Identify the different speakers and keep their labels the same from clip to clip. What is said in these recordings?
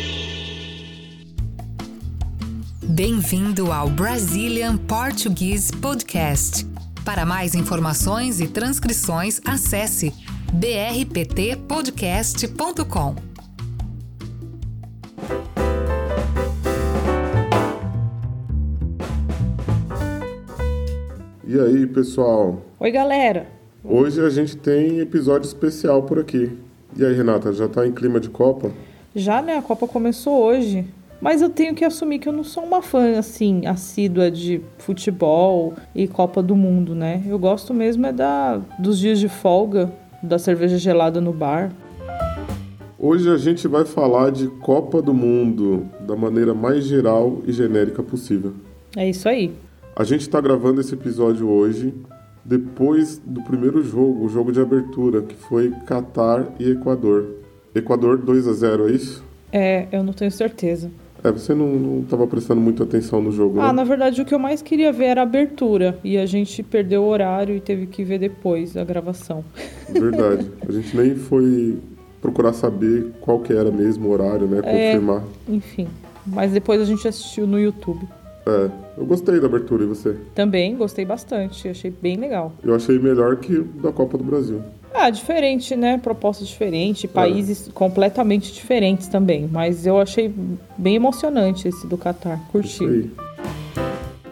Speaker 1: Brasil!
Speaker 2: Bem-vindo ao Brazilian Portuguese Podcast. Para mais informações e transcrições, acesse brptpodcast.com.
Speaker 3: E aí, pessoal?
Speaker 4: Oi, galera!
Speaker 3: Hoje a gente tem episódio especial por aqui. E aí, Renata, já tá em clima de Copa?
Speaker 4: Já, né? A Copa começou hoje. Mas eu tenho que assumir que eu não sou uma fã, assim, assídua de futebol e Copa do Mundo, né? Eu gosto mesmo é da, dos dias de folga, da cerveja gelada no bar.
Speaker 3: Hoje a gente vai falar de Copa do Mundo da maneira mais geral e genérica possível.
Speaker 4: É isso aí.
Speaker 3: A gente está gravando esse episódio hoje, depois do primeiro jogo, o jogo de abertura, que foi Catar e Equador. Equador 2 a 0 é isso?
Speaker 4: É, eu não tenho certeza.
Speaker 3: É, você não estava prestando muita atenção no jogo,
Speaker 4: Ah,
Speaker 3: né?
Speaker 4: na verdade o que eu mais queria ver era a abertura. E a gente perdeu o horário e teve que ver depois a gravação.
Speaker 3: Verdade. A gente nem foi procurar saber qual que era mesmo o horário, né?
Speaker 4: É.
Speaker 3: Confirmar.
Speaker 4: Enfim. Mas depois a gente assistiu no YouTube.
Speaker 3: É. Eu gostei da abertura, e você?
Speaker 4: Também gostei bastante, achei bem legal.
Speaker 3: Eu achei melhor que o da Copa do Brasil.
Speaker 4: Ah, diferente, né? Proposta diferente, países completamente diferentes também. Mas eu achei bem emocionante esse do Catar.
Speaker 3: Isso
Speaker 4: Curti.
Speaker 3: aí.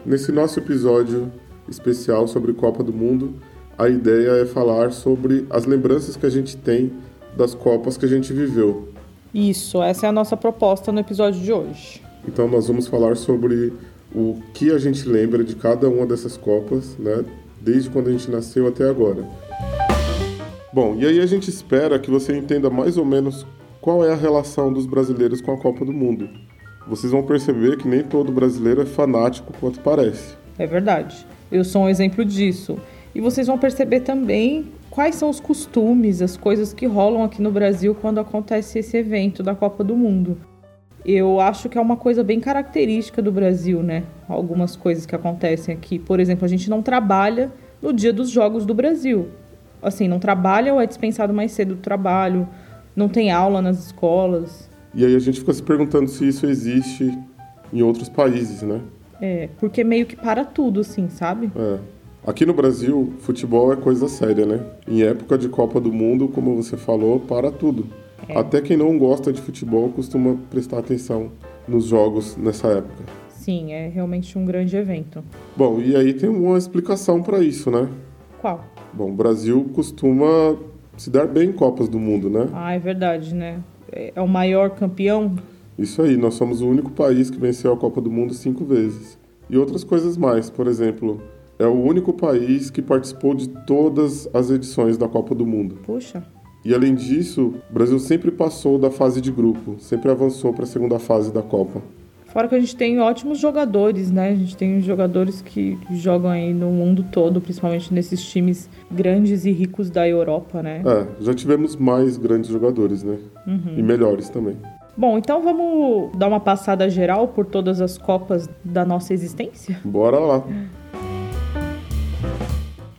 Speaker 3: Nesse nosso episódio especial sobre Copa do Mundo, a ideia é falar sobre as lembranças que a gente tem das Copas que a gente viveu.
Speaker 4: Isso, essa é a nossa proposta no episódio de hoje.
Speaker 3: Então nós vamos falar sobre o que a gente lembra de cada uma dessas copas, né? Desde quando a gente nasceu até agora. Bom, e aí a gente espera que você entenda mais ou menos qual é a relação dos brasileiros com a Copa do Mundo. Vocês vão perceber que nem todo brasileiro é fanático quanto parece.
Speaker 4: É verdade. Eu sou um exemplo disso. E vocês vão perceber também quais são os costumes, as coisas que rolam aqui no Brasil quando acontece esse evento da Copa do Mundo. Eu acho que é uma coisa bem característica do Brasil, né? Algumas coisas que acontecem aqui. Por exemplo, a gente não trabalha no dia dos Jogos do Brasil. Assim, não trabalha ou é dispensado mais cedo do trabalho, não tem aula nas escolas.
Speaker 3: E aí a gente fica se perguntando se isso existe em outros países, né?
Speaker 4: É, porque meio que para tudo, assim, sabe?
Speaker 3: É. Aqui no Brasil, futebol é coisa séria, né? Em época de Copa do Mundo, como você falou, para tudo. Até quem não gosta de futebol costuma prestar atenção nos jogos nessa época.
Speaker 4: Sim, é realmente um grande evento.
Speaker 3: Bom, e aí tem uma explicação para isso, né?
Speaker 4: Qual?
Speaker 3: Bom, o Brasil costuma se dar bem em Copas do Mundo, né?
Speaker 4: Ah, é verdade, né? É é o maior campeão?
Speaker 3: Isso aí, nós somos o único país que venceu a Copa do Mundo cinco vezes. E outras coisas mais, por exemplo, é o único país que participou de todas as edições da Copa do Mundo.
Speaker 4: Puxa.
Speaker 3: E além disso, o Brasil sempre passou da fase de grupo, sempre avançou para a segunda fase da Copa.
Speaker 4: Fora que a gente tem ótimos jogadores, né? A gente tem jogadores que jogam aí no mundo todo, principalmente nesses times grandes e ricos da Europa, né?
Speaker 3: É, já tivemos mais grandes jogadores, né? E melhores também.
Speaker 4: Bom, então vamos dar uma passada geral por todas as Copas da nossa existência?
Speaker 3: Bora lá.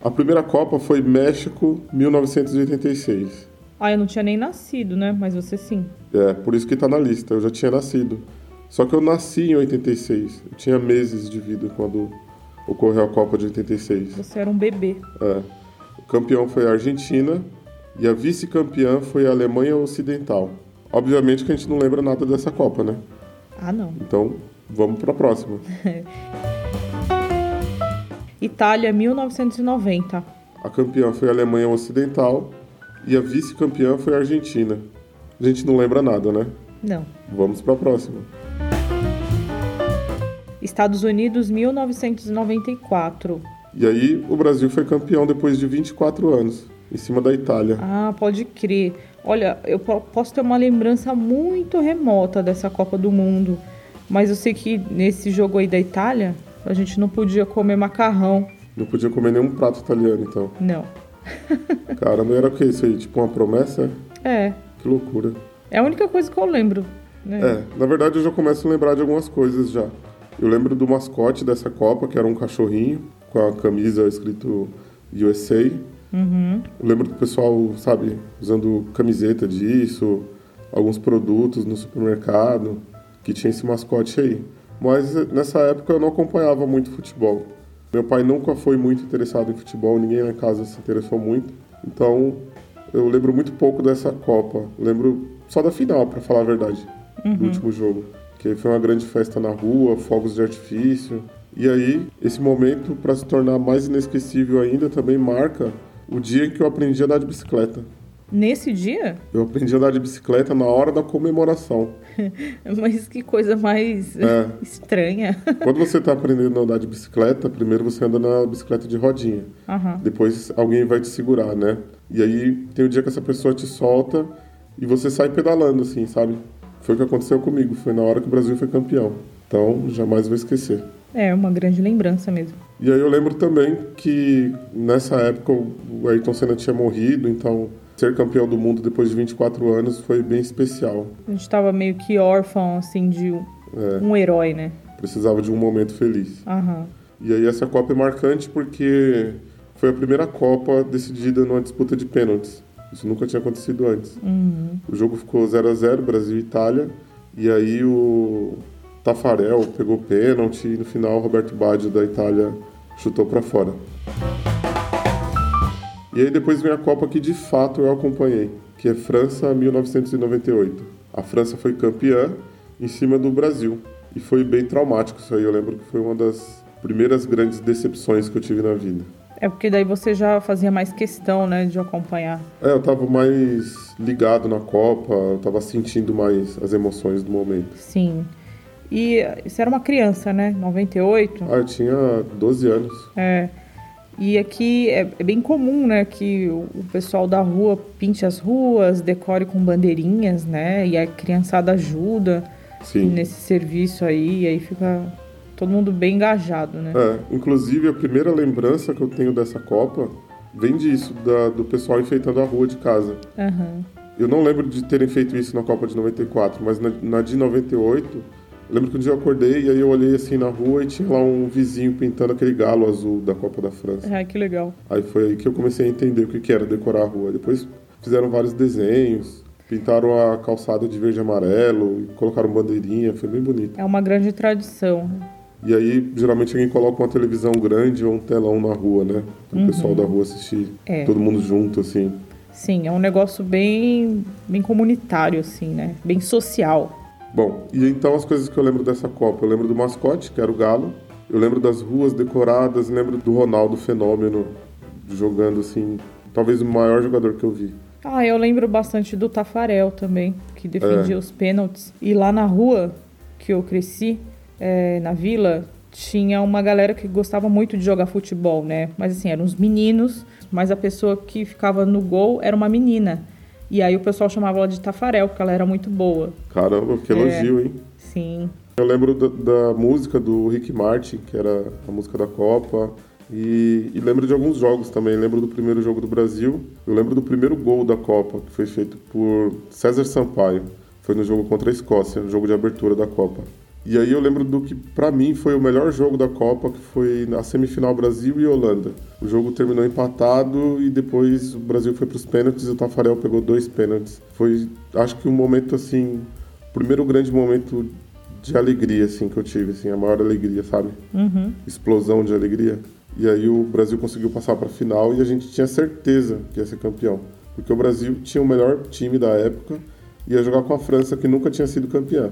Speaker 3: A primeira Copa foi México 1986.
Speaker 4: Ah, eu não tinha nem nascido, né? Mas você sim.
Speaker 3: É, por isso que tá na lista, eu já tinha nascido. Só que eu nasci em 86, eu tinha meses de vida quando ocorreu a Copa de 86.
Speaker 4: Você era um bebê.
Speaker 3: É. O campeão foi a Argentina e a vice-campeã foi a Alemanha Ocidental. Obviamente que a gente não lembra nada dessa Copa, né?
Speaker 4: Ah, não.
Speaker 3: Então, vamos para a próxima.
Speaker 4: Itália, 1990.
Speaker 3: A campeã foi a Alemanha Ocidental e a vice-campeã foi a Argentina. A gente não lembra nada, né?
Speaker 4: Não.
Speaker 3: Vamos para a próxima.
Speaker 4: Estados Unidos, 1994.
Speaker 3: E aí, o Brasil foi campeão depois de 24 anos, em cima da Itália.
Speaker 4: Ah, pode crer. Olha, eu po- posso ter uma lembrança muito remota dessa Copa do Mundo, mas eu sei que nesse jogo aí da Itália, a gente não podia comer macarrão,
Speaker 3: Não podia comer nenhum prato italiano, então.
Speaker 4: não.
Speaker 3: Caramba, era o que isso aí? Tipo uma promessa?
Speaker 4: É,
Speaker 3: Que loucura.
Speaker 4: é a única coisa que eu lembro, né?
Speaker 3: É, na verdade eu já começo a lembrar de algumas coisas já. Eu lembro do mascote dessa Copa, que era um cachorrinho com a camisa escrito USA.
Speaker 4: Uhum.
Speaker 3: Eu lembro do pessoal, sabe, usando camiseta disso, alguns produtos no supermercado, que tinha esse mascote aí. Mas eh, nessa época eu não acompanhava muito futebol. Meu pai nunca foi muito interessado em futebol, ninguém na casa se interessou muito. Então eu lembro muito pouco dessa Copa. Lembro só da final, para falar a verdade,
Speaker 4: Uhum.
Speaker 3: do último jogo. Que foi uma grande festa na rua, fogos de artifício. E aí, esse momento, para se tornar mais inesquecível ainda, também marca o dia em que eu aprendi a andar de bicicleta.
Speaker 4: Nesse dia?
Speaker 3: Eu aprendi a andar de bicicleta na hora da comemoração.
Speaker 4: Mas que coisa mais
Speaker 3: É.
Speaker 4: estranha.
Speaker 3: Quando você está aprendendo a andar de bicicleta, primeiro você anda na bicicleta de rodinha.
Speaker 4: Aham.
Speaker 3: Depois alguém vai te segurar, né? E aí tem o dia que essa pessoa te solta e você sai pedalando, assim, sabe? Foi o que aconteceu comigo. Foi na hora que o Brasil foi campeão. Então, jamais vou esquecer.
Speaker 4: É uma grande lembrança mesmo.
Speaker 3: E aí eu lembro também que nessa época o Ayrton Senna tinha morrido, então ser campeão do mundo depois de 24 anos foi bem especial.
Speaker 4: A gente tava meio que órfão, assim, de um,
Speaker 3: É,
Speaker 4: um herói, né?
Speaker 3: precisava de um momento feliz.
Speaker 4: Aham.
Speaker 3: E aí essa Copa é marcante porque foi a primeira Copa decidida numa disputa de pênaltis. Isso nunca tinha acontecido antes. O jogo ficou 0 a 0 Brasil e Itália. E aí o Tafarel pegou pênalti e no final o Roberto Baggio da Itália chutou para fora. E aí depois vem a Copa que de fato eu acompanhei, que é França 1998. A França foi campeã em cima do Brasil. E foi bem traumático isso aí. Eu lembro que foi uma das primeiras grandes decepções que eu tive na vida.
Speaker 4: É porque daí você já fazia mais questão, né, de acompanhar.
Speaker 3: É, eu tava mais ligado na Copa, eu tava sentindo mais as emoções do momento.
Speaker 4: Sim. E eh, você era uma criança, né? 98.
Speaker 3: Ah, eu tinha 12 anos.
Speaker 4: É. E aqui é, é bem comum, né, que o o pessoal da rua pinte as ruas, decore com bandeirinhas, né? E a criançada ajuda
Speaker 3: Sim.
Speaker 4: nesse serviço aí, e aí fica todo mundo bem engajado, né?
Speaker 3: É, inclusive a primeira lembrança que eu tenho dessa Copa vem disso, da- do pessoal enfeitando a rua de casa.
Speaker 4: Aham.
Speaker 3: Eu não lembro de terem feito isso na Copa de 94, mas na, na de 98, eu lembro que um dia eu acordei e aí eu olhei assim na rua e tinha lá um vizinho pintando aquele galo azul da Copa da França.
Speaker 4: Ai, É, que legal.
Speaker 3: Aí foi aí que eu comecei a entender o que, que era decorar a rua. Depois fizeram vários desenhos, pintaram a calçada de verde e amarelo, e colocaram bandeirinha, foi bem bonito.
Speaker 4: É uma grande tradição.
Speaker 3: E aí, geralmente, alguém coloca uma televisão grande ou um telão na rua, né? Pro pessoal da rua assistir,
Speaker 4: É.
Speaker 3: todo mundo junto, assim.
Speaker 4: Sim, é um negócio bem, bem comunitário, assim, né? Bem social.
Speaker 3: Bom, e então as coisas que eu lembro dessa Copa. Eu lembro do mascote, que era o Galo. Eu lembro das ruas decoradas, lembro do Ronaldo Fenômeno jogando, assim, talvez o maior jogador que eu vi.
Speaker 4: Ah, eu lembro bastante do Tafarel também, que defendia os pênaltis. E lá na rua que eu cresci, eh, na vila, tinha uma galera que gostava muito de jogar futebol, né? Mas assim, eram os meninos, mas a pessoa que ficava no gol era uma menina. E aí o pessoal chamava ela de Tafarel, porque ela era muito boa.
Speaker 3: Caramba, que
Speaker 4: É.
Speaker 3: elogio, hein?
Speaker 4: Sim.
Speaker 3: Eu lembro da, da música do Rick Martin, que era a música da Copa. E, e lembro de alguns jogos também. Lembro do primeiro jogo do Brasil. Eu lembro do primeiro gol da Copa, que foi feito por César Sampaio. Foi no jogo contra a Escócia, no jogo de abertura da Copa. E aí eu lembro do que, pra mim, foi o melhor jogo da Copa, que foi na semifinal Brasil e Holanda. O jogo terminou empatado e depois o Brasil foi pros pênaltis e o Tafarel pegou dois pênaltis. Foi, acho que um momento assim, o primeiro grande momento de alegria, assim, que eu tive, assim, a maior alegria, sabe?
Speaker 4: Uhum.
Speaker 3: Explosão de alegria. E aí o Brasil conseguiu passar pra final e a gente tinha certeza que ia ser campeão. Porque o Brasil tinha o melhor time da época e ia jogar com a França, que nunca tinha sido campeã.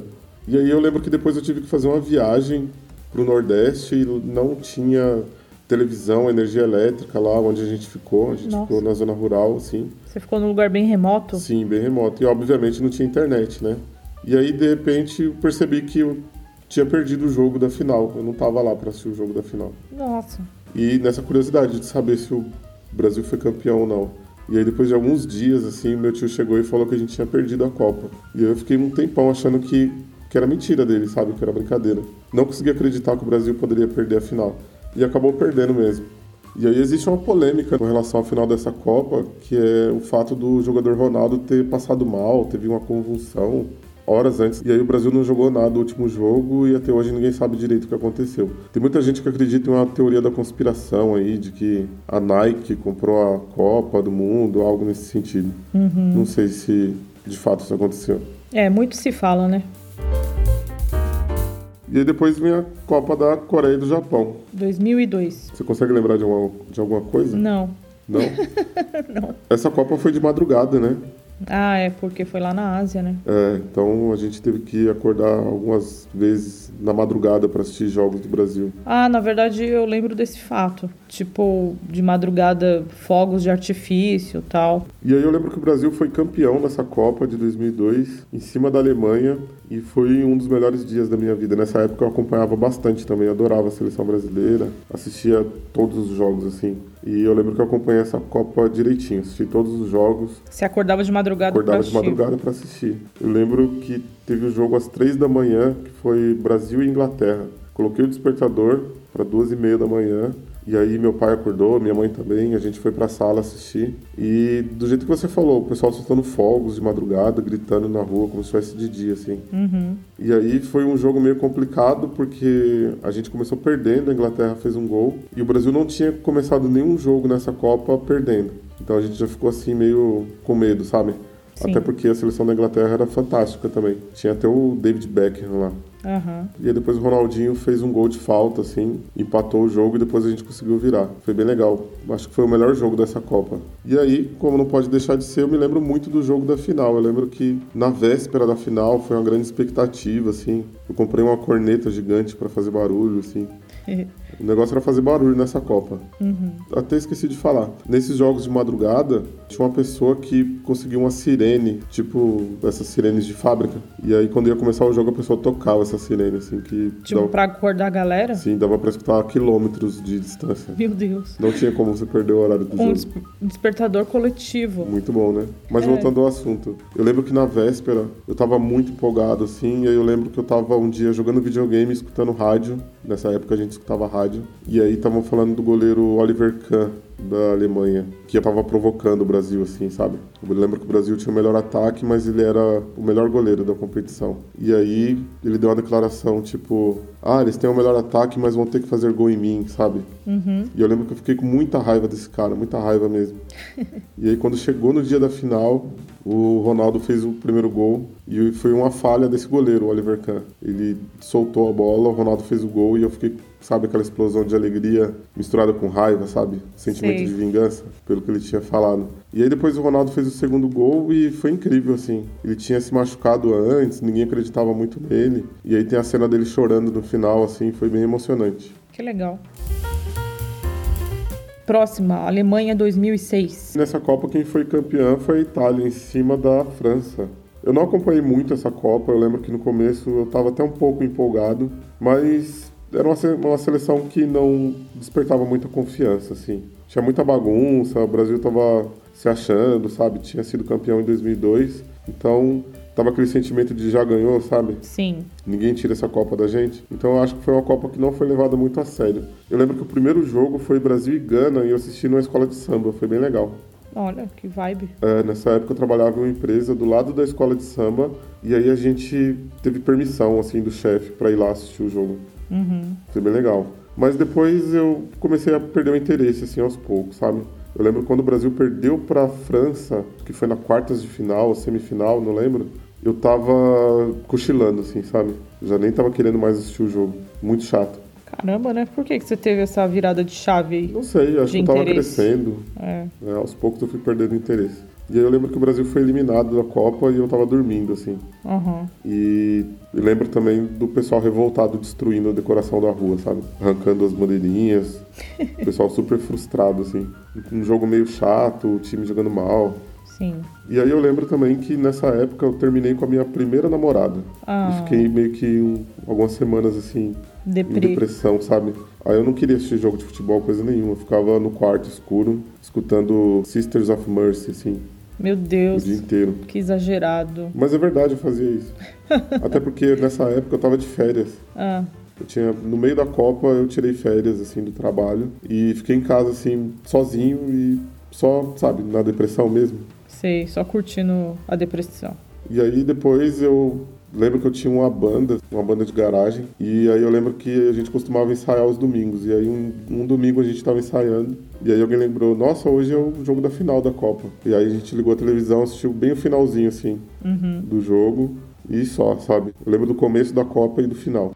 Speaker 3: E aí eu lembro que depois eu tive que fazer uma viagem pro Nordeste e não tinha televisão, energia elétrica lá onde a gente ficou. A gente
Speaker 4: Nossa.
Speaker 3: ficou na zona rural, assim.
Speaker 4: Você ficou num lugar bem remoto?
Speaker 3: Sim, bem remoto. E obviamente não tinha internet, né? E aí, de repente, eu percebi que eu tinha perdido o jogo da final. Eu não tava lá pra assistir o jogo da final.
Speaker 4: Nossa.
Speaker 3: E nessa curiosidade de saber se o Brasil foi campeão ou não. E aí, depois de alguns dias, assim, meu tio chegou e falou que a gente tinha perdido a Copa. E eu fiquei um tempão achando que, que era mentira dele, sabe? Que era brincadeira. Não conseguia acreditar que o Brasil poderia perder a final. E acabou perdendo mesmo. E aí existe uma polêmica com relação ao final dessa Copa, que é o fato do jogador Ronaldo ter passado mal, teve uma convulsão. horas antes. E aí o Brasil não jogou nada no último jogo e até hoje ninguém sabe direito o que aconteceu. Tem muita gente que acredita em uma teoria da conspiração aí, de que a Nike comprou a Copa do Mundo, algo nesse sentido. Uhum. Não sei se de fato isso aconteceu.
Speaker 4: É, muito se fala, né?
Speaker 3: E aí depois vem a Copa da Coreia e do Japão.
Speaker 4: 2002.
Speaker 3: Você consegue lembrar de, uma, de alguma coisa?
Speaker 4: Não.
Speaker 3: Não?
Speaker 4: Não.
Speaker 3: Essa Copa foi de madrugada, né?
Speaker 4: Ah, é porque foi lá na Ásia, né?
Speaker 3: É, então a gente teve que acordar algumas vezes na madrugada para assistir jogos do Brasil.
Speaker 4: Ah, na verdade eu lembro desse fato. Tipo, de madrugada, fogos de artifício tal.
Speaker 3: E aí eu lembro que o Brasil foi campeão nessa Copa de 2002, em cima da Alemanha, e foi um dos melhores dias da minha vida. Nessa época eu acompanhava bastante também, adorava a seleção brasileira, assistia todos os jogos assim. E eu lembro que eu acompanhei essa Copa direitinho, assisti todos os jogos.
Speaker 4: Você acordava de madrugada
Speaker 3: Acordava pra de madrugada para assistir. Eu lembro que teve o um jogo às três da manhã, que foi Brasil e Inglaterra. Coloquei o despertador para duas e meia da manhã. E aí meu pai acordou, minha mãe também, a gente foi pra sala assistir. E do jeito que você falou, o pessoal soltando fogos de madrugada, gritando na rua, como se fosse de dia, assim.
Speaker 4: Uhum.
Speaker 3: E aí foi um jogo meio complicado, porque a gente começou perdendo, a Inglaterra fez um gol. E o Brasil não tinha começado nenhum jogo nessa Copa perdendo. Então a gente já ficou assim meio com medo, sabe?
Speaker 4: Sim.
Speaker 3: Até porque a seleção da Inglaterra era fantástica também. Tinha até o David Beckham lá.
Speaker 4: Aham.
Speaker 3: E aí depois o Ronaldinho fez um gol de falta, assim, empatou o jogo e depois a gente conseguiu virar. Foi bem legal. Acho que foi o melhor jogo dessa Copa. E aí, como não pode deixar de ser, eu me lembro muito do jogo da final. Eu lembro que na véspera da final foi uma grande expectativa, assim. Eu comprei uma corneta gigante pra fazer barulho, assim. O negócio era fazer barulho nessa Copa.
Speaker 4: Uhum.
Speaker 3: Até esqueci de falar. Nesses jogos de madrugada, tinha uma pessoa que conseguiu uma sirene, tipo essas sirenes de fábrica. E aí, quando ia começar o jogo, a pessoa tocava essa sirene, assim, que
Speaker 4: tipo,
Speaker 3: dava,
Speaker 4: pra acordar a galera?
Speaker 3: assim, dava pra escutar a quilômetros de distância.
Speaker 4: Meu Deus.
Speaker 3: Não tinha como você perder o horário do
Speaker 4: Um
Speaker 3: jogo.
Speaker 4: des- despertador coletivo.
Speaker 3: Muito bom, né? Mas voltando ao assunto, eu lembro que na véspera eu tava muito empolgado, assim, e aí eu lembro que eu tava um dia jogando videogame, escutando rádio. Nessa época a gente escutava rádio. E aí estavam falando do goleiro Oliver Kahn, da Alemanha, que tava provocando o Brasil, assim, sabe? Eu lembro que o Brasil tinha o melhor ataque, mas ele era o melhor goleiro da competição. E aí ele deu uma declaração, tipo... Ah, eles têm o melhor ataque, mas vão ter que fazer gol em mim, sabe? E eu lembro que eu fiquei com muita raiva desse cara, muita raiva mesmo. E aí quando chegou no dia da final, o Ronaldo fez o primeiro gol e foi uma falha desse goleiro, o Oliver Kahn. Ele soltou a bola, o Ronaldo fez o gol e eu fiquei, sabe, aquela explosão de alegria misturada com raiva, sabe? Sentimento
Speaker 4: Sei.
Speaker 3: de vingança pelo que ele tinha falado. E aí depois o Ronaldo fez o segundo gol e foi incrível assim. Ele tinha se machucado antes, ninguém acreditava muito nele. E aí tem a cena dele chorando no final assim, foi bem emocionante.
Speaker 4: Que legal. Próxima, Alemanha 2006.
Speaker 3: Nessa Copa, quem foi campeã foi a Itália, em cima da França. Eu não acompanhei muito essa Copa, eu lembro que no começo eu estava até um pouco empolgado, mas era uma, se- uma seleção que não despertava muita confiança, assim. Tinha muita bagunça, o Brasil estava se achando, sabe? Tinha sido campeão em 2002, então tava aquele sentimento de já ganhou, sabe?
Speaker 4: Sim.
Speaker 3: Ninguém tira essa Copa da gente. Então eu acho que foi uma Copa que não foi levada muito a sério. Eu lembro que o primeiro jogo foi Brasil e Gana e eu assisti numa escola de samba. Foi bem legal.
Speaker 4: Olha, que vibe.
Speaker 3: É, nessa época eu trabalhava em uma empresa do lado da escola de samba e aí a gente teve permissão assim do chefe para ir lá assistir o jogo.
Speaker 4: Uhum.
Speaker 3: Foi bem legal. Mas depois eu comecei a perder o interesse assim aos poucos, sabe? Eu lembro quando o Brasil perdeu para a França, que foi na quartas de final, semifinal, não lembro. Eu tava cochilando assim, sabe? Já nem tava querendo mais assistir o jogo. Muito chato.
Speaker 4: Caramba, né? Por que, que você teve essa virada de chave aí?
Speaker 3: Não sei, acho que
Speaker 4: De
Speaker 3: eu tava
Speaker 4: interesse.
Speaker 3: crescendo.
Speaker 4: É.
Speaker 3: É, aos poucos eu fui perdendo interesse. E aí eu lembro que o Brasil foi eliminado da Copa e eu tava dormindo, assim.
Speaker 4: Aham.
Speaker 3: E eu lembro também do pessoal revoltado destruindo a decoração da rua, sabe? Arrancando as bandeirinhas. O pessoal super frustrado, assim. Um jogo meio chato, o time jogando mal.
Speaker 4: Sim.
Speaker 3: E aí eu lembro também que nessa época eu terminei com a minha primeira namorada.
Speaker 4: Ah.
Speaker 3: E fiquei meio que um- algumas semanas, assim, em
Speaker 4: Depri.
Speaker 3: depressão, sabe? Aí eu não queria assistir jogo de futebol, coisa nenhuma. Eu ficava no quarto escuro, escutando Sisters of Mercy, assim,
Speaker 4: Meu
Speaker 3: o
Speaker 4: Deus.
Speaker 3: dia inteiro.
Speaker 4: Que exagerado.
Speaker 3: Mas é verdade, eu fazia isso. Até porque nessa época eu tava de férias.
Speaker 4: Ah,
Speaker 3: Eu tinha, no meio da Copa, eu tirei férias, assim, do trabalho. E fiquei em casa, assim, sozinho e só, sabe, na depressão mesmo.
Speaker 4: sei. Só curtindo a depressão.
Speaker 3: E aí depois eu Lembro que eu tinha uma banda, uma banda de garagem, e aí eu lembro que a gente costumava ensaiar os domingos. E aí um, um domingo a gente estava ensaiando, e aí alguém lembrou, nossa, hoje é o jogo da final da Copa. E aí a gente ligou a televisão, assistiu bem o finalzinho, assim, uhum. do jogo, e só, sabe? Eu lembro do começo da Copa e do final.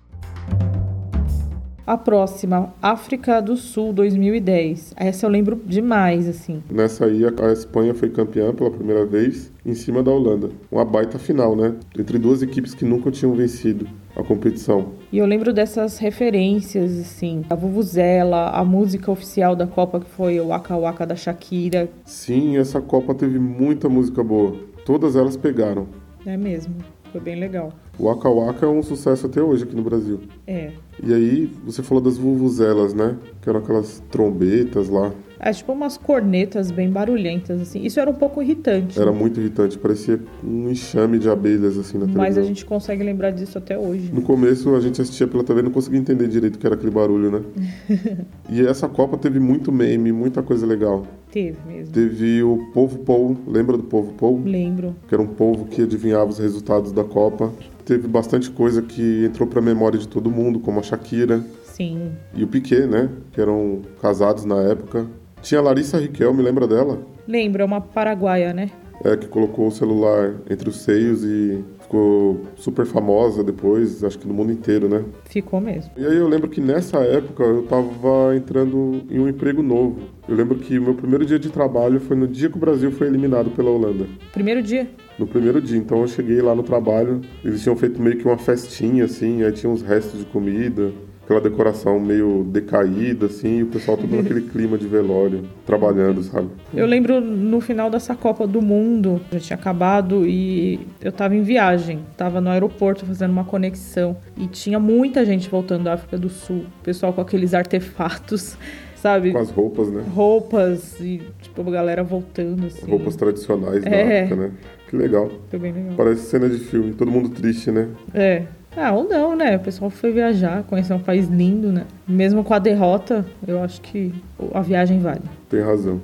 Speaker 4: A próxima, África do Sul 2010. Essa eu lembro demais, assim.
Speaker 3: Nessa aí, a Espanha foi campeã pela primeira vez em cima da Holanda. Uma baita final, né? Entre duas equipes que nunca tinham vencido a competição.
Speaker 4: E eu lembro dessas referências, assim, a Vuvuzela, a música oficial da Copa, que foi o Waka Waka da Shakira.
Speaker 3: Sim, essa Copa teve muita música boa. Todas elas pegaram.
Speaker 4: É mesmo, foi bem legal.
Speaker 3: O Waka Waka é um sucesso até hoje aqui no Brasil.
Speaker 4: É.
Speaker 3: E aí, você falou das vuvuzelas, né? Que eram aquelas trombetas lá.
Speaker 4: É, tipo umas cornetas bem barulhentas, assim. Isso era um pouco irritante.
Speaker 3: Era né? muito irritante, parecia um enxame de abelhas, assim, na televisão.
Speaker 4: Mas a gente consegue lembrar disso até hoje.
Speaker 3: No começo, a gente assistia pela TV e não conseguia entender direito o que era aquele barulho, né? e essa Copa teve muito meme, muita coisa legal.
Speaker 4: Teve mesmo.
Speaker 3: Teve o Povo Pou, lembra do Povo Pou?
Speaker 4: Lembro.
Speaker 3: Que era um povo que adivinhava os resultados da Copa teve bastante coisa que entrou para a memória de todo mundo, como a Shakira.
Speaker 4: Sim.
Speaker 3: E o Piquet, né? Que eram casados na época. Tinha a Larissa Riquel, me lembra dela?
Speaker 4: Lembra, é uma paraguaia, né?
Speaker 3: É, que colocou o celular entre os seios e ficou super famosa depois, acho que no mundo inteiro, né?
Speaker 4: Ficou mesmo.
Speaker 3: E aí eu lembro que nessa época eu tava entrando em um emprego novo. Eu lembro que o meu primeiro dia de trabalho foi no dia que o Brasil foi eliminado pela Holanda.
Speaker 4: Primeiro dia?
Speaker 3: No primeiro dia. Então eu cheguei lá no trabalho, eles tinham feito meio que uma festinha, assim, aí tinha uns restos de comida. Aquela decoração meio decaída, assim, e o pessoal todo naquele clima de velório, trabalhando, sabe?
Speaker 4: Eu lembro no final dessa Copa do Mundo, já tinha acabado e eu tava em viagem viagem, estava no aeroporto fazendo uma conexão e tinha muita gente voltando da África do Sul, pessoal com aqueles artefatos, sabe?
Speaker 3: Com as roupas, né?
Speaker 4: Roupas e tipo a galera voltando assim.
Speaker 3: Roupas tradicionais é. da África, né? Que legal.
Speaker 4: Foi bem legal.
Speaker 3: Parece cena de filme, todo mundo triste, né?
Speaker 4: É. Ah, ou não, né? O pessoal foi viajar, conhecer um país lindo, né? Mesmo com a derrota, eu acho que a viagem vale.
Speaker 3: Tem razão.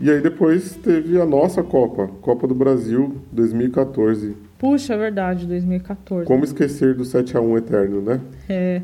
Speaker 3: E aí depois teve a nossa Copa, Copa do Brasil 2014.
Speaker 4: Puxa, é verdade, 2014.
Speaker 3: Como esquecer do 7 a 1 eterno, né?
Speaker 4: É.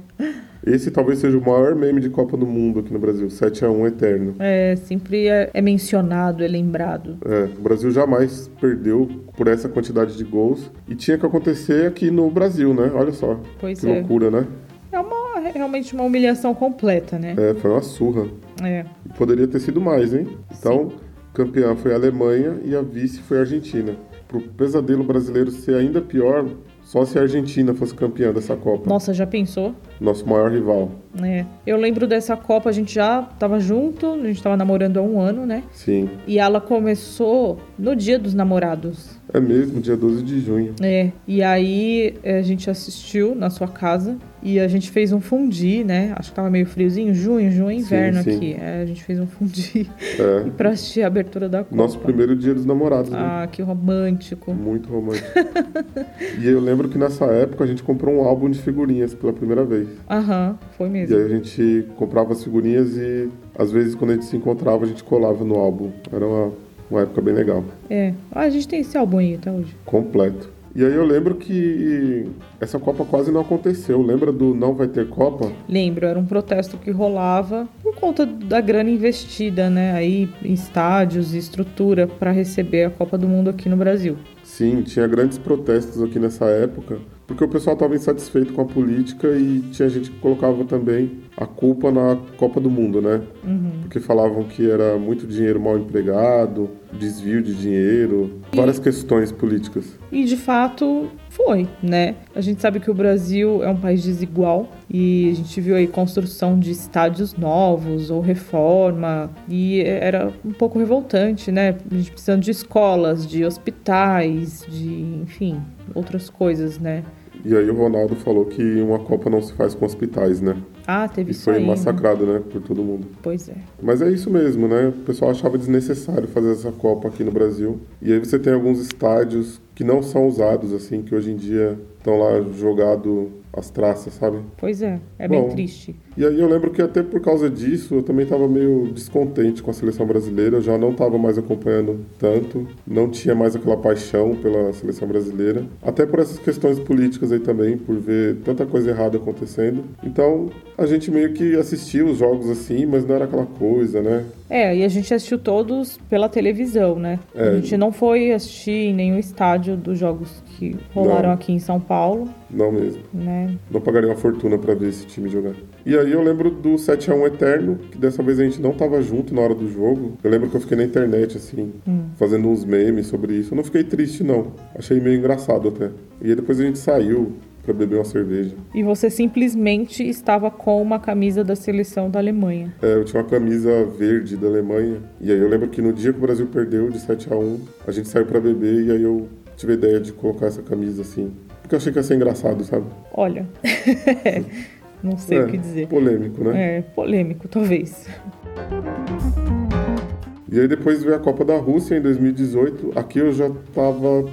Speaker 3: Esse talvez seja o maior meme de Copa do Mundo aqui no Brasil, 7 a 1 eterno.
Speaker 4: É, sempre é, é mencionado, é lembrado.
Speaker 3: É, o Brasil jamais perdeu por essa quantidade de gols e tinha que acontecer aqui no Brasil, né? Olha só.
Speaker 4: Pois
Speaker 3: que é. loucura, né?
Speaker 4: É uma, realmente uma humilhação completa, né?
Speaker 3: É, foi uma surra.
Speaker 4: É.
Speaker 3: Poderia ter sido mais, hein? Então, Sim campeã foi a Alemanha e a vice foi a Argentina. Para o pesadelo brasileiro ser ainda pior, só se a Argentina fosse campeã dessa Copa.
Speaker 4: Nossa, já pensou?
Speaker 3: Nosso maior rival.
Speaker 4: É. Eu lembro dessa Copa, a gente já estava junto, a gente estava namorando há um ano, né?
Speaker 3: Sim.
Speaker 4: E ela começou no dia dos namorados.
Speaker 3: É mesmo, dia 12 de junho.
Speaker 4: É. E aí é, a gente assistiu na sua casa e a gente fez um fundi, né? Acho que tava meio friozinho, junho, junho é inverno sim, sim. aqui. É, a gente fez um fundi é. pra assistir a abertura da Copa.
Speaker 3: Nosso primeiro dia dos namorados, né?
Speaker 4: Ah, que romântico.
Speaker 3: Muito romântico. e eu lembro que nessa época a gente comprou um álbum de figurinhas pela primeira vez.
Speaker 4: Aham, foi mesmo.
Speaker 3: E aí a gente comprava as figurinhas e às vezes quando a gente se encontrava a gente colava no álbum. Era uma, uma época bem legal.
Speaker 4: É, ah, a gente tem esse álbum aí até hoje.
Speaker 3: Completo. E aí eu lembro que essa Copa quase não aconteceu. Lembra do não vai ter Copa?
Speaker 4: Lembro, era um protesto que rolava por conta da grana investida, né, aí em estádios e estrutura para receber a Copa do Mundo aqui no Brasil.
Speaker 3: Sim, tinha grandes protestos aqui nessa época, porque o pessoal estava insatisfeito com a política e tinha gente que colocava também a culpa na Copa do Mundo, né?
Speaker 4: Uhum.
Speaker 3: Porque falavam que era muito dinheiro mal empregado, desvio de dinheiro, e... várias questões políticas.
Speaker 4: E de fato foi, né? A gente sabe que o Brasil é um país desigual e a gente viu aí construção de estádios novos ou reforma e era um pouco revoltante, né? A gente precisando de escolas, de hospitais, de, enfim, outras coisas, né?
Speaker 3: E aí o Ronaldo falou que uma Copa não se faz com hospitais, né?
Speaker 4: Ah, teve
Speaker 3: e
Speaker 4: isso
Speaker 3: foi
Speaker 4: aí,
Speaker 3: massacrado, né? né? por todo mundo.
Speaker 4: Pois é.
Speaker 3: Mas é isso mesmo, né? O pessoal achava desnecessário fazer essa Copa aqui no Brasil. E aí você tem alguns estádios que não são usados, assim, que hoje em dia estão lá jogado as traças, sabe?
Speaker 4: Pois é, é
Speaker 3: Bom,
Speaker 4: bem triste.
Speaker 3: E aí eu lembro que até por causa disso eu também estava meio descontente com a seleção brasileira, eu já não estava mais acompanhando tanto, não tinha mais aquela paixão pela seleção brasileira, até por essas questões políticas aí também, por ver tanta coisa errada acontecendo. Então a gente meio que assistia os jogos assim, mas não era aquela coisa, né?
Speaker 4: É, e a gente assistiu todos pela televisão, né?
Speaker 3: É.
Speaker 4: A gente não foi assistir em nenhum estádio dos jogos que rolaram
Speaker 3: Não.
Speaker 4: aqui em São Paulo,
Speaker 3: Não mesmo.
Speaker 4: né?
Speaker 3: Não pagaria uma fortuna pra ver esse time jogar. E aí eu lembro do 7 a 1 Eterno, que dessa vez a gente não tava junto na hora do jogo. Eu lembro que eu fiquei na internet, assim,
Speaker 4: Hum.
Speaker 3: fazendo uns memes sobre isso. Eu não fiquei triste, não. Achei meio engraçado até. E aí depois a gente saiu pra beber uma cerveja.
Speaker 4: E você simplesmente estava com uma camisa da seleção da Alemanha.
Speaker 3: É, eu tinha uma camisa verde da Alemanha. E aí eu lembro que no dia que o Brasil perdeu de 7 a 1 a gente saiu pra beber e aí eu tive a ideia de colocar essa camisa assim. Porque eu achei que ia ser engraçado, sabe?
Speaker 4: Olha, não sei
Speaker 3: é,
Speaker 4: o que dizer.
Speaker 3: Polêmico, né?
Speaker 4: É, polêmico, talvez.
Speaker 3: E aí depois veio a Copa da Rússia em 2018. Aqui eu já tava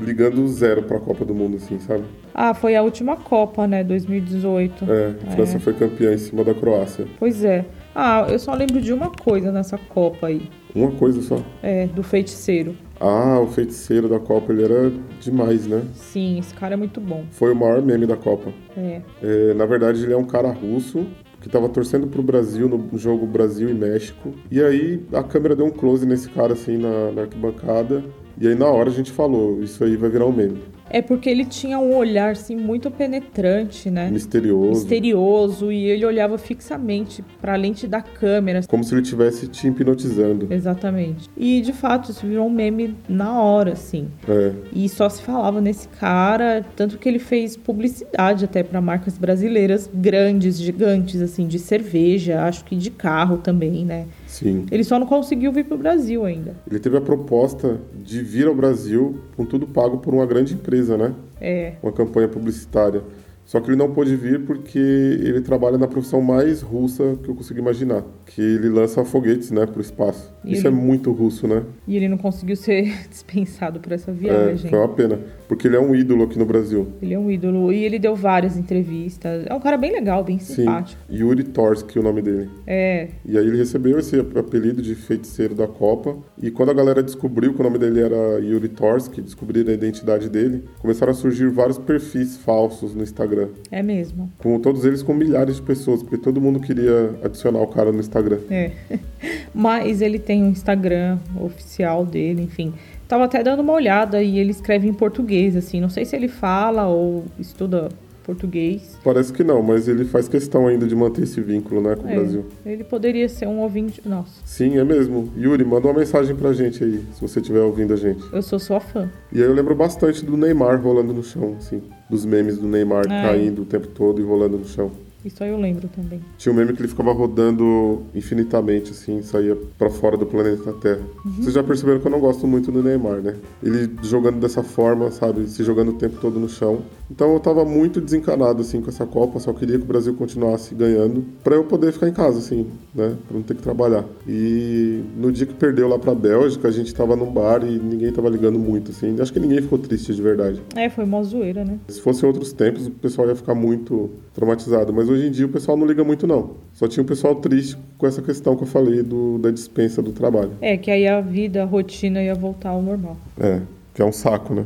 Speaker 3: ligando zero pra Copa do Mundo, assim, sabe?
Speaker 4: Ah, foi a última Copa, né? 2018.
Speaker 3: É, a França
Speaker 4: É.
Speaker 3: foi campeã em cima da Croácia.
Speaker 4: Pois é. Ah, eu só lembro de uma coisa nessa Copa aí.
Speaker 3: Uma coisa só.
Speaker 4: É, do feiticeiro.
Speaker 3: Ah, o feiticeiro da Copa, ele era demais, né?
Speaker 4: Sim, esse cara é muito bom.
Speaker 3: Foi o maior meme da Copa.
Speaker 4: É.
Speaker 3: É, na verdade, ele é um cara russo que tava torcendo pro Brasil no jogo Brasil e México. E aí a câmera deu um close nesse cara, assim, na, na arquibancada. E aí na hora a gente falou, isso aí vai virar um meme.
Speaker 4: É porque ele tinha um olhar, assim, muito penetrante, né?
Speaker 3: Misterioso.
Speaker 4: Misterioso. E ele olhava fixamente pra lente da câmera. assim.
Speaker 3: Como se ele estivesse te hipnotizando.
Speaker 4: Exatamente. E, de fato, isso virou um meme na hora, assim.
Speaker 3: É.
Speaker 4: E só se falava nesse cara, tanto que ele fez publicidade até para marcas brasileiras grandes, gigantes, assim, de cerveja, acho que de carro também, né?
Speaker 3: Sim.
Speaker 4: Ele só não conseguiu vir pro Brasil ainda.
Speaker 3: Ele teve a proposta de vir ao Brasil com tudo pago por uma grande empresa, né?
Speaker 4: É,
Speaker 3: Uma campanha publicitária. Só que ele não pôde vir porque ele trabalha na profissão mais russa que eu consigo imaginar, que ele lança foguetes, né, pro espaço.
Speaker 4: E
Speaker 3: Isso
Speaker 4: ele-
Speaker 3: é muito russo, né?
Speaker 4: e ele não conseguiu ser dispensado por essa
Speaker 3: É,
Speaker 4: viagem.
Speaker 3: foi uma pena, porque ele é um ídolo aqui no Brasil.
Speaker 4: Ele é um ídolo e ele deu várias entrevistas. É um cara bem legal, bem
Speaker 3: Sim.
Speaker 4: simpático.
Speaker 3: Yuri Torsk, o nome dele.
Speaker 4: É,
Speaker 3: E aí ele recebeu esse apelido de feiticeiro da Copa. E quando a galera descobriu que o nome dele era Yuri Torsk, descobriram a identidade dele, começaram a surgir vários perfis falsos no Instagram.
Speaker 4: é mesmo.
Speaker 3: Com todos eles com milhares de pessoas, porque todo mundo queria adicionar o cara no Instagram.
Speaker 4: É. Mas ele tem um Instagram oficial dele, enfim. Tava até dando uma olhada e ele escreve em português, assim. Não sei se ele fala ou estuda português.
Speaker 3: Parece que não, mas ele faz questão ainda de manter esse vínculo, né, com
Speaker 4: É,
Speaker 3: o Brasil.
Speaker 4: Ele poderia ser um ouvinte. Nossa,
Speaker 3: Sim, é mesmo. Yuri, manda uma mensagem pra gente aí, se você estiver ouvindo a gente.
Speaker 4: eu sou sua fã.
Speaker 3: E aí eu lembro bastante do Neymar rolando no chão, assim. Dos memes do Neymar
Speaker 4: Ai.
Speaker 3: caindo o tempo todo e rolando no chão.
Speaker 4: Isso aí eu lembro também.
Speaker 3: Tinha um meme que ele ficava rodando infinitamente, assim, saía pra fora do planeta Terra. Vocês já perceberam que eu não gosto muito do Neymar, né? Ele jogando dessa forma, sabe? Se jogando o tempo todo no chão. Então eu tava muito desencanado, assim, com essa Copa. Só queria que o Brasil continuasse ganhando pra eu poder ficar em casa, assim, né? Pra não ter que trabalhar. E no dia que perdeu lá pra Bélgica, a gente tava num bar e ninguém tava ligando muito, assim. Acho que ninguém ficou triste de verdade.
Speaker 4: É, foi uma zoeira, né?
Speaker 3: Se fossem outros tempos, o pessoal ia ficar muito traumatizado. Mas hoje em dia o pessoal não liga muito, não. Só tinha o pessoal triste com essa questão que eu falei do, da dispensa do trabalho.
Speaker 4: É, que aí a vida, a rotina ia voltar ao normal.
Speaker 3: É, que é um saco, né?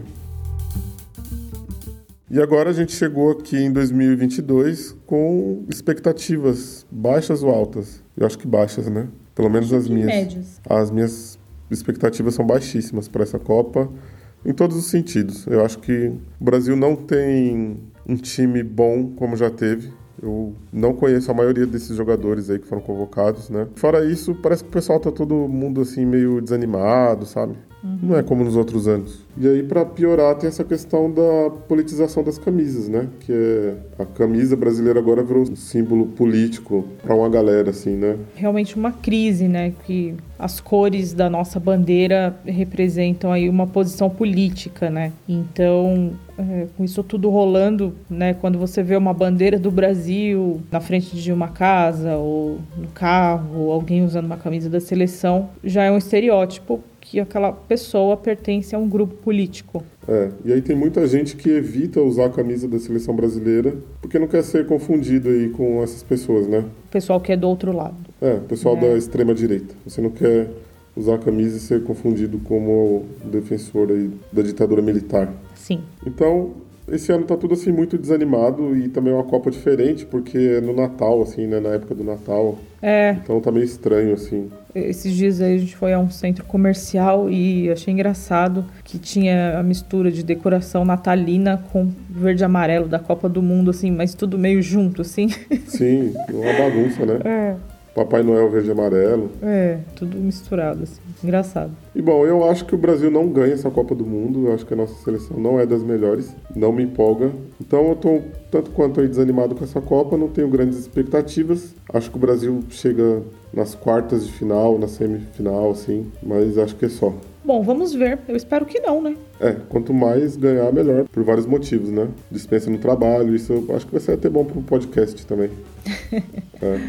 Speaker 3: E agora a gente chegou aqui em 2022 com expectativas baixas ou altas? Eu acho que baixas, né? Pelo menos as minhas.
Speaker 4: médias.
Speaker 3: As minhas expectativas são baixíssimas para essa Copa, em todos os sentidos. Eu acho que o Brasil não tem um time bom como já teve. Eu não conheço a maioria desses jogadores aí que foram convocados, né? Fora isso, parece que o pessoal tá todo mundo assim meio desanimado, sabe? Não é como nos outros anos. E aí, para piorar, tem essa questão da politização das camisas, né? Que é a camisa brasileira agora virou um símbolo político para uma galera, assim, né?
Speaker 4: Realmente uma crise, né? Que as cores da nossa bandeira representam aí uma posição política, né? Então, é, com isso tudo rolando, né? Quando você vê uma bandeira do Brasil na frente de uma casa ou no carro, ou alguém usando uma camisa da seleção, já é um estereótipo que aquela pessoa pertence a um grupo político.
Speaker 3: É, e aí tem muita gente que evita usar a camisa da seleção brasileira porque não quer ser confundido aí com essas pessoas, né?
Speaker 4: O pessoal que é do outro lado.
Speaker 3: É, o pessoal
Speaker 4: É.
Speaker 3: da extrema direita. Você não quer usar a camisa e ser confundido como o defensor aí da ditadura militar.
Speaker 4: Sim.
Speaker 3: Então, esse ano tá tudo assim muito desanimado e também é uma Copa diferente porque é no Natal, assim, né? Na época do Natal.
Speaker 4: É,
Speaker 3: Então tá meio estranho, assim.
Speaker 4: esses dias aí a gente foi a um centro comercial e achei engraçado que tinha a mistura de decoração natalina com verde e amarelo da Copa do Mundo, assim, mas tudo meio junto, assim.
Speaker 3: Sim, é uma bagunça, né?
Speaker 4: É.
Speaker 3: Papai Noel verde e amarelo.
Speaker 4: É, tudo misturado, assim. Engraçado.
Speaker 3: E bom, eu acho que o Brasil não ganha essa Copa do Mundo, eu acho que a nossa seleção não é das melhores, não me empolga. Então eu tô tanto quanto aí desanimado com essa Copa, não tenho grandes expectativas. Acho que o Brasil chega nas quartas de final, na semifinal, assim, mas acho que é só.
Speaker 4: Bom, vamos ver. Eu espero que não, né?
Speaker 3: É, quanto mais ganhar, melhor, por vários motivos, né? Dispensa no trabalho, isso eu acho que vai ser até bom pro podcast também. É.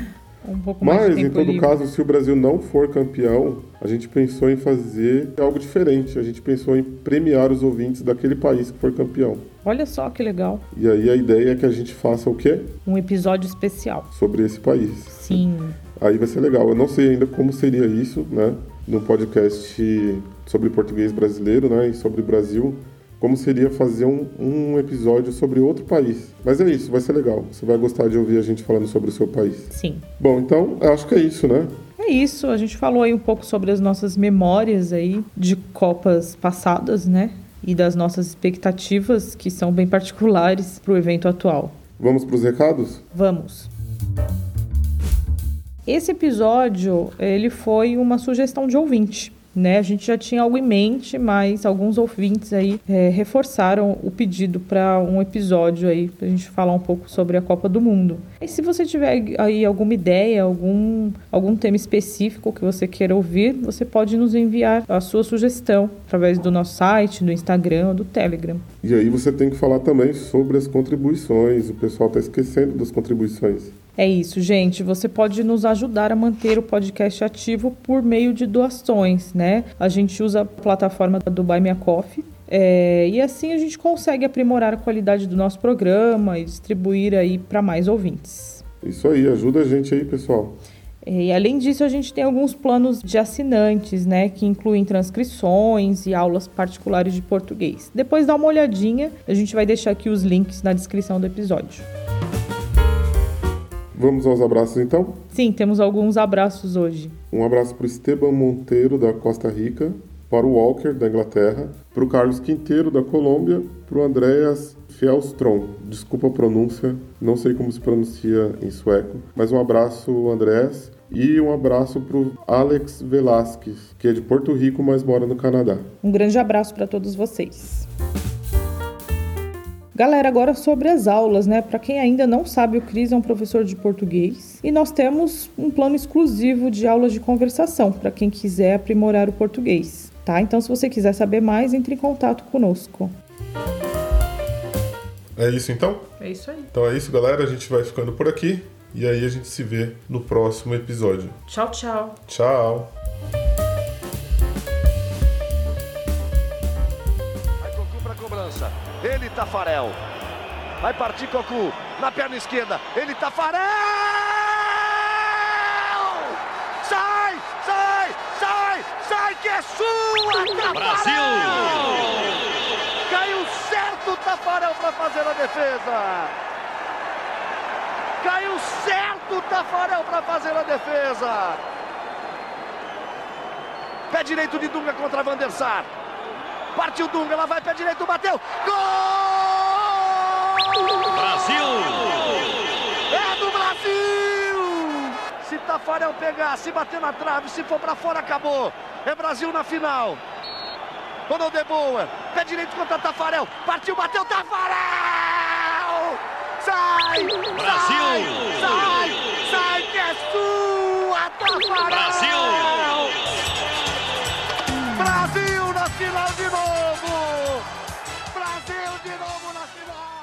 Speaker 4: Um pouco mais de
Speaker 3: Mas,
Speaker 4: tempo
Speaker 3: em todo
Speaker 4: livre.
Speaker 3: caso, se o Brasil não for campeão, a gente pensou em fazer algo diferente. A gente pensou em premiar os ouvintes daquele país que for campeão.
Speaker 4: Olha só que legal.
Speaker 3: E aí a ideia é que a gente faça o quê?
Speaker 4: Um episódio especial.
Speaker 3: Sobre esse país.
Speaker 4: Sim.
Speaker 3: Aí vai ser legal. Eu não sei ainda como seria isso, né? No podcast sobre português brasileiro, né? E sobre o Brasil. Como seria fazer um, um episódio sobre outro país. Mas é isso, vai ser legal. Você vai gostar de ouvir a gente falando sobre o seu país.
Speaker 4: Sim.
Speaker 3: Bom, então, eu acho que é isso, né?
Speaker 4: É isso, a gente falou aí um pouco sobre as nossas memórias aí de copas passadas, né? E das nossas expectativas que são bem particulares para o evento atual.
Speaker 3: Vamos para os recados?
Speaker 4: Vamos. Esse episódio, ele foi uma sugestão de ouvinte, né? A gente já tinha algo em mente, mas alguns ouvintes aí eh, reforçaram o pedido para um episódio aí pra gente falar um pouco sobre a Copa do Mundo. E se você tiver aí alguma ideia, algum algum tema específico que você queira ouvir, você pode nos enviar a sua sugestão através do nosso site, do Instagram, ou do Telegram.
Speaker 3: E aí você tem que falar também sobre as contribuições. O pessoal tá esquecendo das contribuições.
Speaker 4: É isso, gente. Você pode nos ajudar a manter o podcast ativo por meio de doações, né? A gente usa a plataforma do Buy Me a Coffee. é, e assim a gente consegue aprimorar a qualidade do nosso programa e distribuir aí para mais ouvintes. É,
Speaker 3: Isso aí, ajuda a gente aí, pessoal.
Speaker 4: E além disso, a gente tem alguns planos de assinantes, né, que incluem transcrições e aulas particulares de português. Depois dá uma olhadinha, a gente vai deixar aqui os links na descrição do episódio.
Speaker 3: Vamos aos abraços então?
Speaker 4: Sim, temos alguns abraços hoje.
Speaker 3: Um abraço para o Esteban Monteiro, da Costa Rica, para o Walker, da Inglaterra, para o Carlos Quinteiro, da Colômbia, para o Andreas Fjellstrom, desculpa a pronúncia, não sei como se pronuncia em sueco, mas um abraço, Andreas, e um abraço para o Alex Velasquez, que é de Porto Rico, mas mora no Canadá.
Speaker 4: Um grande abraço para todos vocês. Galera, agora sobre as aulas, né? Para quem ainda não sabe, o Cris é um professor de português e nós temos um plano exclusivo de aulas de conversação para quem quiser aprimorar o português, tá? Então, se você quiser saber mais, entre em contato conosco.
Speaker 3: É isso então?
Speaker 4: É isso aí.
Speaker 3: Então é isso, galera, a gente vai ficando por aqui e aí a gente se vê no próximo episódio.
Speaker 4: Tchau, tchau.
Speaker 3: Tchau!
Speaker 1: Vai Cocu para cobrança. Ele Tafarel. Vai partir Cocu na perna esquerda. Ele tá Tafarel! Sai, sai, sai, sai que é sua, Tafarel! Caiu certo o Tafarel para fazer a defesa. Caiu certo o Tafarel para fazer a defesa. Pé direito de Dunga contra Van der Sar. Partiu Dunga, ela vai pé direito, bateu. Gol! É do Brasil! Se tá é Tafarel pegar, se bater na trave, se for pra fora, acabou. É Brasil na final. Ronald de Boa, pé direito contra Tafarel. Partiu, bateu, Tafarel! Sai! Brasil! Sai! Sai que é sua, Tafarel! Brasil! Brasil na final de novo! Brasil de novo na final!